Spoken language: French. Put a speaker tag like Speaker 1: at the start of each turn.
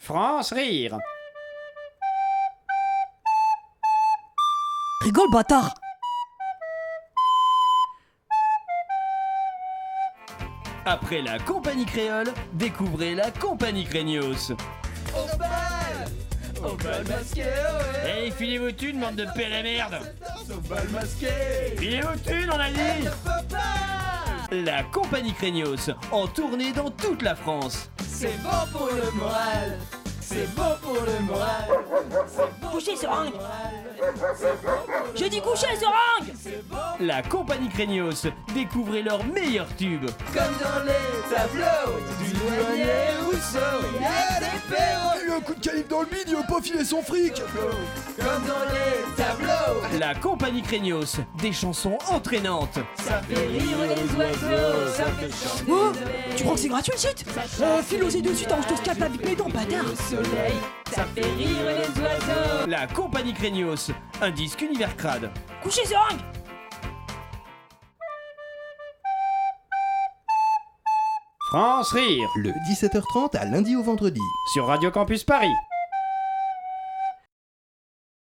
Speaker 1: France rire.
Speaker 2: Rigole, bâtard
Speaker 3: Après la compagnie créole, découvrez la compagnie crénios.
Speaker 4: Au bal masqué, ouais.
Speaker 1: Hey, filez vos thunes, bande de paix la merde
Speaker 4: Au bal masqué.
Speaker 1: Filez vos thunes, on a dit
Speaker 3: La compagnie crénios, en tournée dans toute la France.
Speaker 4: C'est bon pour le moral. C'est bon pour le moral. C'est bon
Speaker 2: Couchez,
Speaker 4: pour
Speaker 2: ce
Speaker 4: le
Speaker 2: ringue.
Speaker 4: moral. C'est bon pour le
Speaker 2: Je dis
Speaker 4: moral.
Speaker 2: coucher, seringue
Speaker 4: C'est bon
Speaker 3: La compagnie crénios, découvrez leurs meilleurs tubes.
Speaker 4: comme dans les tableaux du douanier Rousseau. Il y a des perros
Speaker 5: eu un coup de calife dans le bide, il veut pas filer son fric
Speaker 4: comme dans les tableaux.
Speaker 3: La compagnie crénios, des chansons entraînantes.
Speaker 4: Ça fait rire les oiseaux, ça fait chanter
Speaker 2: Oh Tu crois que c'est gratuit le site euh, File aux de suite, arrange ton scalp avec mes dents, bâtard
Speaker 4: le soleil. Ça fait rire les oiseaux.
Speaker 3: La compagnie crénios, un disque univers crade.
Speaker 2: Couchez, seringue
Speaker 1: France rire
Speaker 5: Le 17h30 à lundi au vendredi.
Speaker 1: sur Radio Campus Paris.